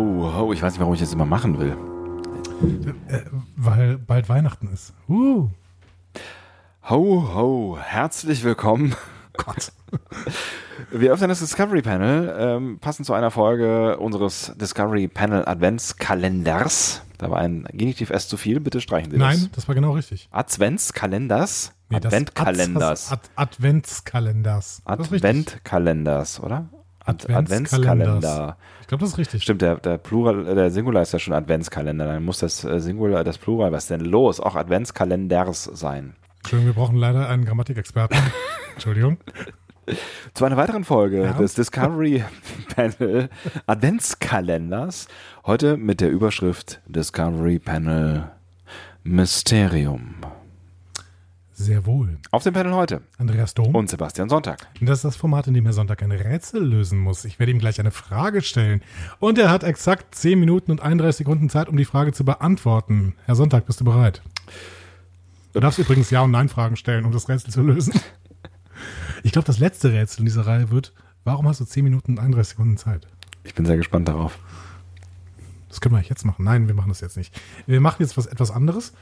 weiß nicht, warum ich das immer machen will. Äh, weil bald Weihnachten ist. Uh. Ho, ho, herzlich willkommen. Gott. Wir öffnen das Discovery Panel, ähm, passend zu einer Folge unseres Discovery Panel Adventskalenders. Da war ein Genitiv S zu viel, bitte streichen Sie das. Nein, das war genau richtig. Adventskalenders? Nee, das- Adventkalenders. Ad, Ad, Adventskalenders. Das ist richtig. Adventkalenders, oder? Ad- Adventskalenders. Ich glaube, das ist richtig. Stimmt, der, der Plural, äh, der Singular ist ja schon Adventskalender. Dann muss das äh, Singular, das Plural, was denn los? Auch Adventskalenders sein. Entschuldigung, wir brauchen leider einen Grammatikexperten. Entschuldigung. Zu einer weiteren Folge Ja. des Discovery Panel Adventskalenders. Heute mit der Überschrift Discovery Panel Mysterium. Sehr wohl. Auf dem Panel heute Andreas Dom. und Sebastian Sonntag. Und Das ist das Format, in dem Herr Sonntag ein Rätsel lösen muss. Ich werde ihm gleich eine Frage stellen. Und er hat exakt 10 Minuten und 31 Sekunden Zeit, um die Frage zu beantworten. Herr Sonntag, bist du bereit? Du darfst übrigens Ja- und Nein-Fragen stellen, um das Rätsel zu lösen. Ich glaube, das letzte Rätsel in dieser Reihe wird, warum hast du 10 Minuten und 31 Sekunden Zeit? Ich bin sehr gespannt darauf. Das können wir eigentlich jetzt machen. Nein, wir machen das jetzt nicht. Wir machen jetzt was etwas anderes.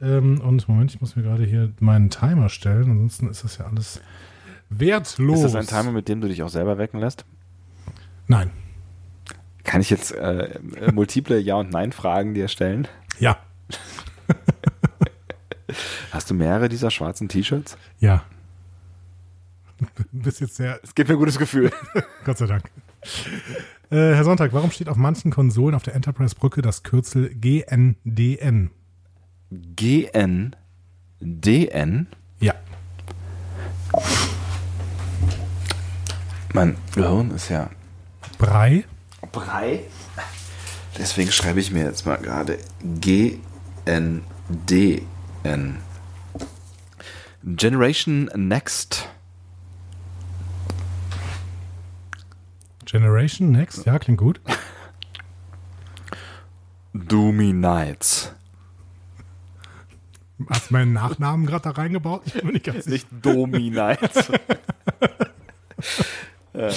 Ähm, und Moment, ich muss mir gerade hier meinen Timer stellen. Ansonsten ist das ja alles wertlos. Ist das ein Timer, mit dem du dich auch selber wecken lässt? Nein. Kann ich jetzt äh, äh, multiple Ja- und Nein-Fragen dir stellen? Ja. Hast du mehrere dieser schwarzen T-Shirts? Ja. Bis jetzt sehr, Es gibt mir ein gutes Gefühl. Gott sei Dank. Äh, Herr Sonntag, warum steht auf manchen Konsolen auf der Enterprise-Brücke das Kürzel GNDN? GN, DN, Ja. mein Gehirn ist ja Brei? Brei. Deswegen schreibe ich mir jetzt mal gerade GNDN. Generation Next. Generation Next? Ja, klingt gut. Dominates. Hast du meinen Nachnamen gerade da reingebaut? Ich bin mir nicht ganz sicher. Nicht Dominates. Äh,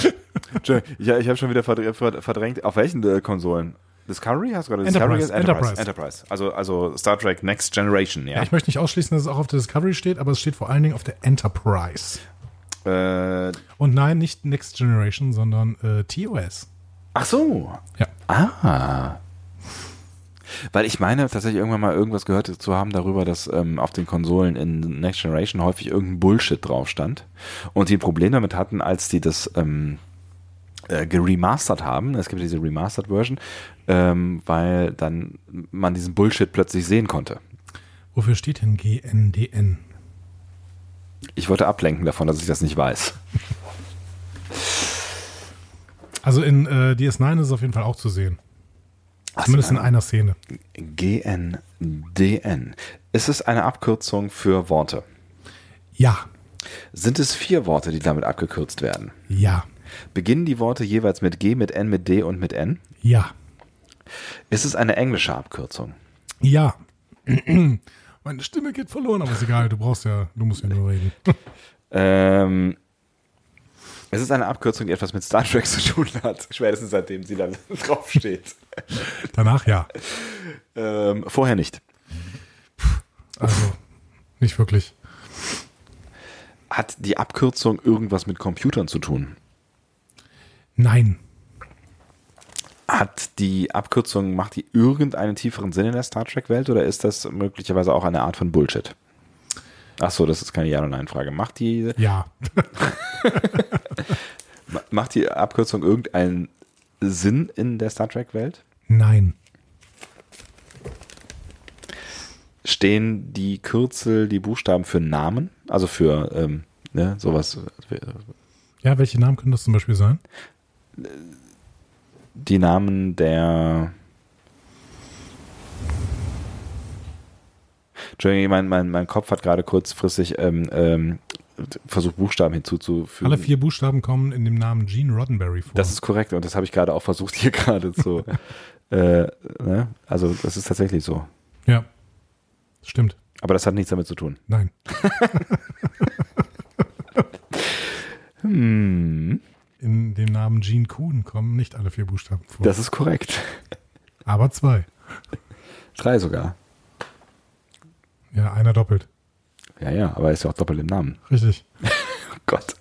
Entschuldigung, ja, ich habe schon wieder verdr- verd- verdrängt. Auf welchen äh, Konsolen? Discovery hast du gerade? Enterprise, Discovery ist Enterprise. Enterprise. Also, also Star Trek Next Generation, ja. Ja, ich möchte nicht ausschließen, dass es auch auf der Discovery steht, aber es steht vor allen Dingen auf der Enterprise. Äh, Und nein, nicht Next Generation, sondern äh, TOS. ach so, Ja. Ah. Weil ich meine, tatsächlich irgendwann mal irgendwas gehört zu haben darüber, dass ähm, auf den Konsolen in Next Generation häufig irgendein Bullshit drauf stand. Und die ein Problem damit hatten, als die das ähm, äh, geremastert haben. Es gibt diese Remastered-Version, ähm, weil dann man diesen Bullshit plötzlich sehen konnte. Wofür steht denn GNDN? Ich wollte ablenken davon, dass ich das nicht weiß. Also in äh, DS9 ist es auf jeden Fall auch zu sehen. Zumindest in einer Szene. GNDN. Ist es eine Abkürzung für Worte? Ja. Sind es vier Worte, die damit abgekürzt werden? Ja. Beginnen die Worte jeweils mit G, mit N, mit D und mit N? Ja. Ist es eine englische Abkürzung? Ja. Meine Stimme geht verloren, aber ist egal, du brauchst ja, du musst ja nur reden. Ähm, es ist eine Abkürzung, die etwas mit Star Trek zu tun hat. Spätestens seitdem sie da draufsteht. Danach ja. ähm, vorher nicht. Also, nicht wirklich. Hat die Abkürzung irgendwas mit Computern zu tun? Nein. Hat die Abkürzung, macht die irgendeinen tieferen Sinn in der Star Trek-Welt oder ist das möglicherweise auch eine Art von Bullshit? Ach so, das ist keine Ja- oder Nein-Frage. Macht die, Ja. ma- macht die Abkürzung irgendeinen Sinn in der Star Trek-Welt? Nein. stehen die Kürzel, die Buchstaben für Namen, also für ähm, ne, sowas, äh, Ja, welche Namen können das zum Beispiel sein? die Namen der. Entschuldigung, mein, mein, mein Kopf hat gerade kurzfristig ähm, ähm, versucht, Buchstaben hinzuzufügen. Alle vier Buchstaben kommen in dem Namen Gene Roddenberry vor. Das ist korrekt und das habe ich gerade auch versucht, hier gerade zu. äh, ne? Also, das ist tatsächlich so. ja. Stimmt. Aber das hat nichts damit zu tun. Nein. Hm, Mhm. In dem Namen Gene Kuhn kommen nicht alle vier Buchstaben vor. das ist korrekt. Aber zwei. Drei sogar. Ja, einer doppelt. Ja, ja, aber ist ja auch doppelt im Namen. Richtig. Oh Gott.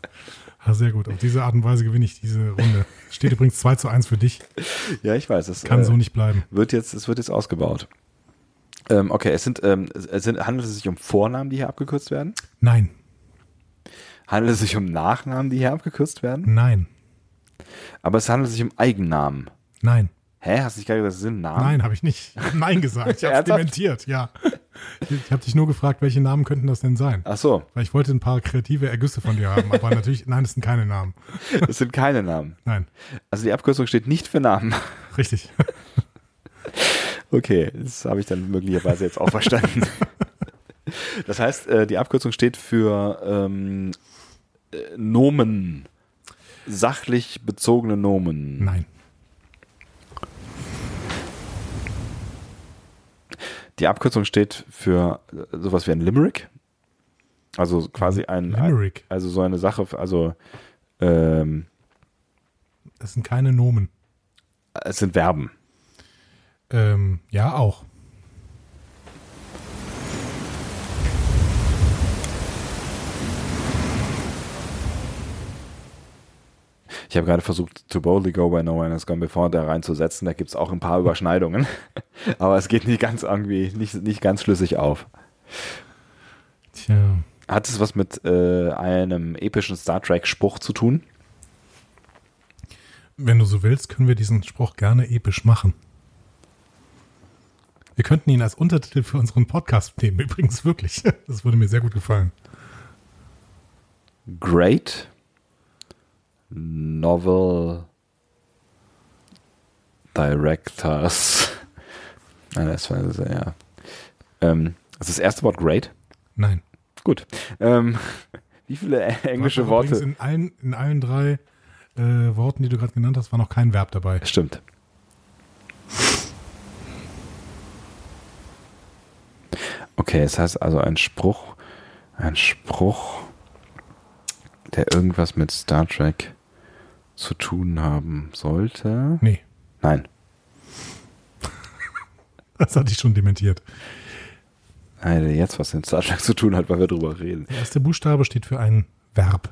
Ja, sehr gut. Auf diese Art und Weise gewinne ich diese Runde. Steht übrigens 2 zu 1 für dich. Ja, ich weiß. Es Kann äh, so nicht bleiben. wird jetzt, es wird jetzt ausgebaut. Ähm, okay, es sind, ähm, es- es sind, handelt es sich um Vornamen, die hier abgekürzt werden? Nein. Handelt es sich um Nachnamen, die hier abgekürzt werden? Nein. Aber es handelt sich um Eigennamen. Nein. Hä? Hast du nicht gerade gesagt, das sind Namen? Nein, habe ich nicht. Nein gesagt. Ich habe es Ah. Ernsthaft? dementiert, ja. Ich habe dich nur gefragt, welche Namen könnten das denn sein? Ach so, Weil ich wollte ein paar kreative Ergüsse von dir haben. Aber natürlich, nein, das sind keine Namen. es sind keine Namen. Nein. Also die Abkürzung steht nicht für Namen. Richtig. Okay, das habe ich dann möglicherweise jetzt auch verstanden. Das heißt, äh, die Abkürzung steht für ähm, äh, Nomen. Sachlich bezogene Nomen. Nein. Die Abkürzung steht für äh, sowas wie ein Limerick. Also quasi ein. Limerick. Ein, also so eine Sache, also ähm, Das sind keine Nomen. es sind Verben. Ähm, ja, auch. Ich habe gerade versucht, to boldly go where no one has gone before da reinzusetzen. Da gibt es auch ein paar Überschneidungen. Aber es geht nicht ganz irgendwie, nicht, nicht ganz schlüssig auf. Tja. Hat es was mit äh, einem epischen Star Trek-Spruch zu tun? Wenn du so willst, können wir diesen Spruch gerne episch machen. Wir könnten ihn als Untertitel für unseren Podcast nehmen, übrigens wirklich. Das würde mir sehr gut gefallen. Great Novel Directors. Nein, das war das, ja. Ähm, das ist das erste Wort Great. Nein. Gut. Ähm, wie viele englische War übrigens Worte? In allen, in allen drei äh, Worten, die du gerade genannt hast, war noch kein Verb dabei. Stimmt. Okay, es heißt also ein Spruch, ein Spruch, der irgendwas mit Star Trek zu tun haben sollte. Nee, Nein, das hatte ich schon dementiert. nein, der jetzt was mit Star Trek zu tun hat, weil wir drüber reden. Der erste Buchstabe steht für ein Verb.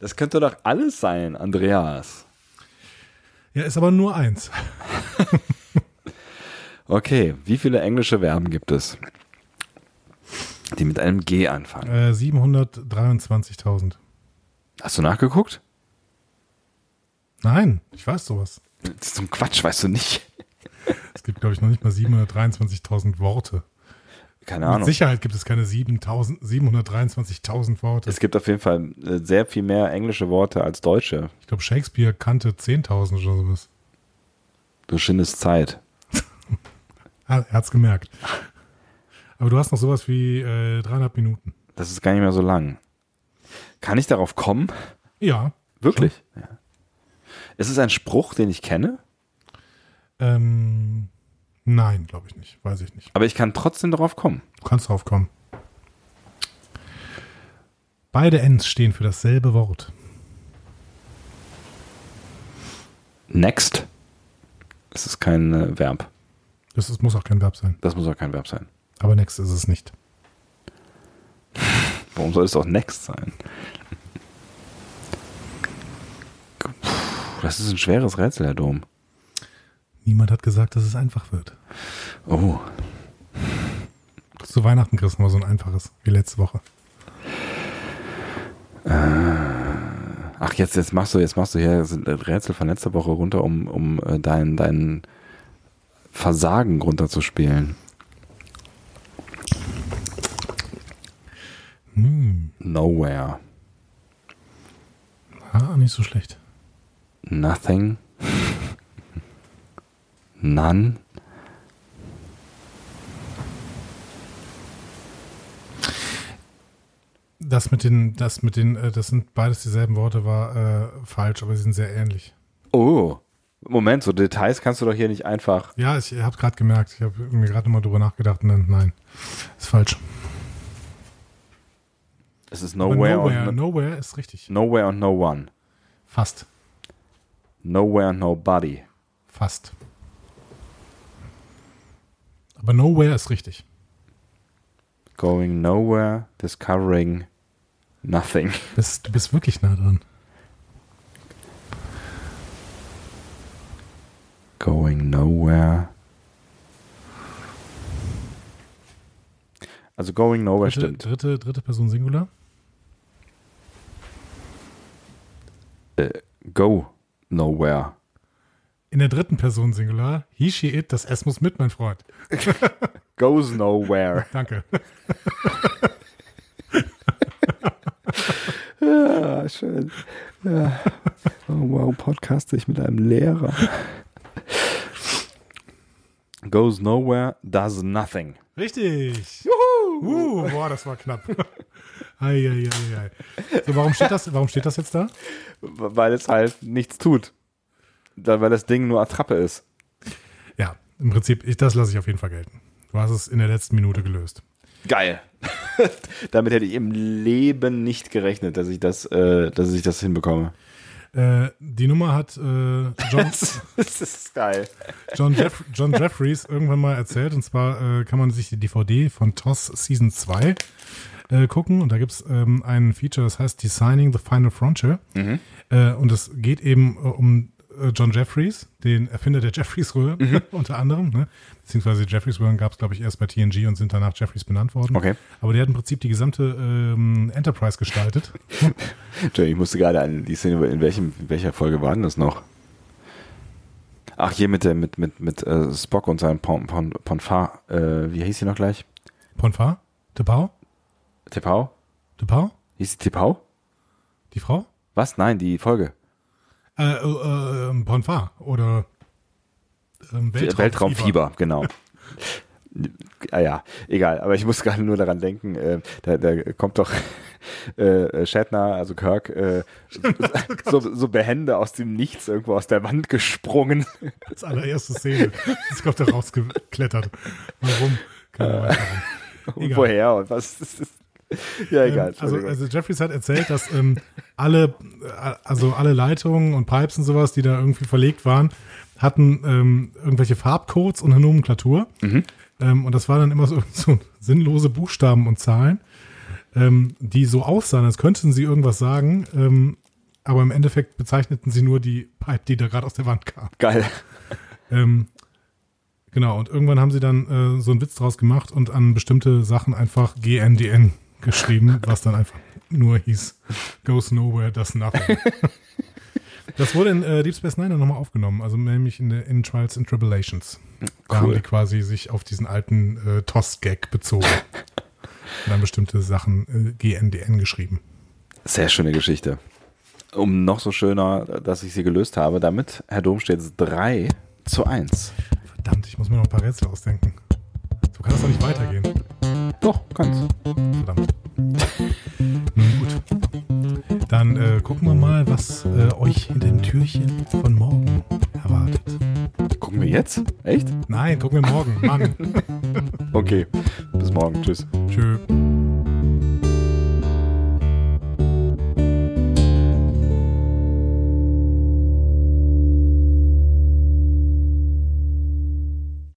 Das könnte doch alles sein, Andreas. Ja, ist aber nur eins. Okay, wie viele englische Verben gibt es, die mit einem G anfangen? Äh, 723.000. Hast du nachgeguckt? Nein, ich weiß sowas. Das ist zum Quatsch, weißt du nicht. Es gibt, glaube ich, noch nicht mal 723.000 Worte. Keine Mit Ahnung. Sicherheit gibt es keine 7.000 723.000 Worte. Es gibt auf jeden Fall äh, sehr viel mehr englische Worte als deutsche. Ich glaube, Shakespeare kannte 10.000 oder sowas. Du schindest Zeit. Ah, Er hat's gemerkt. Aber du hast noch sowas wie äh, dreieinhalb Minuten. Das ist gar nicht mehr so lang. Kann ich darauf kommen? Ja. Wirklich? Ja. Ist es ein Spruch, den ich kenne? Ähm, nein, glaube ich nicht. Weiß ich nicht. Aber ich kann trotzdem darauf kommen. Du kannst drauf kommen. Beide Ends stehen für dasselbe Wort. Next. Es ist kein äh, Verb. Das ist, muss auch kein Verb sein. Das muss auch kein Verb sein. Aber next ist es nicht. Warum soll es auch next sein? Puh, Das ist ein schweres Rätsel, Herr Dom. Niemand hat gesagt, dass es einfach wird. Oh, Zu Weihnachten kriegst du mal so ein einfaches, wie letzte Woche. Ach, jetzt, jetzt machst du, jetzt machst du hier das Rätsel von letzter Woche runter, um, um äh, dein, dein Versagen runterzuspielen. Hm, Nowhere. ah, nicht so schlecht. Nothing. None. Das mit den, das mit den, äh, das sind beides dieselben Worte, war äh, falsch, aber sie sind sehr ähnlich. Oh. Moment, so Details kannst du doch hier nicht einfach. Ja, ich habe gerade gemerkt, ich habe mir gerade nochmal drüber nachgedacht und dann, nein, ist falsch. Es ist Aber Nowhere, nowhere, und nowhere ist richtig. Nowhere und No One. Fast. Nowhere and Nobody. Fast. Aber Nowhere ist richtig. Going Nowhere, Discovering Nothing. Das, du bist wirklich nah dran. Going Nowhere. Also Going Nowhere Dritte, stimmt. Dritte, dritte Person Singular. Go Nowhere. In der dritten Person Singular. He, she, it, das S muss mit, mein Freund. Goes Nowhere. Danke. ja, schön. Ja. Oh, wow, podcast ich mit einem Lehrer. Goes Nowhere, Does Nothing. Richtig. Juhu. Uh, boah, das war knapp. ei, ei, ei, ei. So, warum steht das, warum steht das jetzt da? Weil es halt nichts tut. Da- Weil das Ding nur Attrappe ist. Ja, im Prinzip, ich, das lasse ich auf jeden Fall gelten. Du hast es in der letzten Minute gelöst. Geil. Damit hätte ich im Leben nicht gerechnet, dass ich das, äh, dass ich das hinbekomme. Äh, die Nummer hat äh, John, Das ist geil. John, Jeff John Jeffries irgendwann mal erzählt. Und zwar äh, kann man sich die DVD von TOS Season 2 äh, gucken. Und da gibt's ähm, ein Feature, das heißt Designing the Final Frontier. Äh, und es geht eben äh, um äh, John Jeffries, den Erfinder der Jeffries-Röhre unter anderem. Ne? Beziehungsweise die Jeffries-Röhren gab's glaube ich, erst bei TNG und sind danach Jeffries benannt worden. Okay. Aber der hat im Prinzip die gesamte ähm, Enterprise gestaltet. Entschuldigung, ich musste gerade an die Szene, in, welchem, in welcher Folge war denn das noch? Ach, hier mit, der, mit, mit, mit äh, Spock und seinem Pon, Pon, Ponfar. Äh, wie hieß sie noch gleich? Ponfar? Tepau? Tepau? Tepau? Hieß sie Tepau? Die Frau? Was? Nein, die Folge. Äh, äh, äh, Ponfar oder ähm, Weltraumfieber. Weltraumfieber, genau. Ah ja, egal, aber ich muss gerade nur daran denken, äh, da, da kommt doch äh, Shatner, also Kirk, äh, so, so behende aus dem Nichts irgendwo aus der Wand gesprungen. Als allererste Szene. Jetzt kommt er rausgeklettert. Warum? Keine Ahnung. Äh. Und Egal. woher und was ist das? Ja, egal. Ähm, also, Entschuldigung. also Jeffries hat erzählt, dass ähm, alle, äh, also alle Leitungen und Pipes und sowas, die da irgendwie verlegt waren, hatten ähm, irgendwelche Farbcodes und eine Nomenklatur. Ähm, und das waren dann immer so, so sinnlose Buchstaben und Zahlen, ähm, die so aussahen, als könnten sie irgendwas sagen. Ähm, aber im Endeffekt bezeichneten sie nur die Pipe, die da gerade aus der Wand kam. Geil. Ähm, genau, und irgendwann haben sie dann äh, so einen Witz draus gemacht und an bestimmte Sachen einfach GNDN geschrieben, was dann einfach nur hieß Goes Nowhere, Does Nothing. das wurde in äh, Deep Space Nine dann nochmal aufgenommen, also nämlich in, der- in Trials and Tribulations. Da haben Cool. die quasi sich auf diesen alten äh, TOS-Gag bezogen. und dann bestimmte Sachen äh, GNDN geschrieben. Sehr schöne Geschichte. Um noch so schöner, dass ich sie gelöst habe. Damit, Herr Dom, steht es 3 zu 1. Verdammt, ich muss mir noch ein paar Rätsel ausdenken. So kann das doch nicht weitergehen. Doch, ganz. Verdammt. Nun gut. Dann äh, gucken wir mal, was äh, euch hinter dem Türchen von morgen erwartet. Gucken wir jetzt? Echt? Nein, gucken wir morgen. Mann. Okay. Bis morgen. Tschüss. Tschö.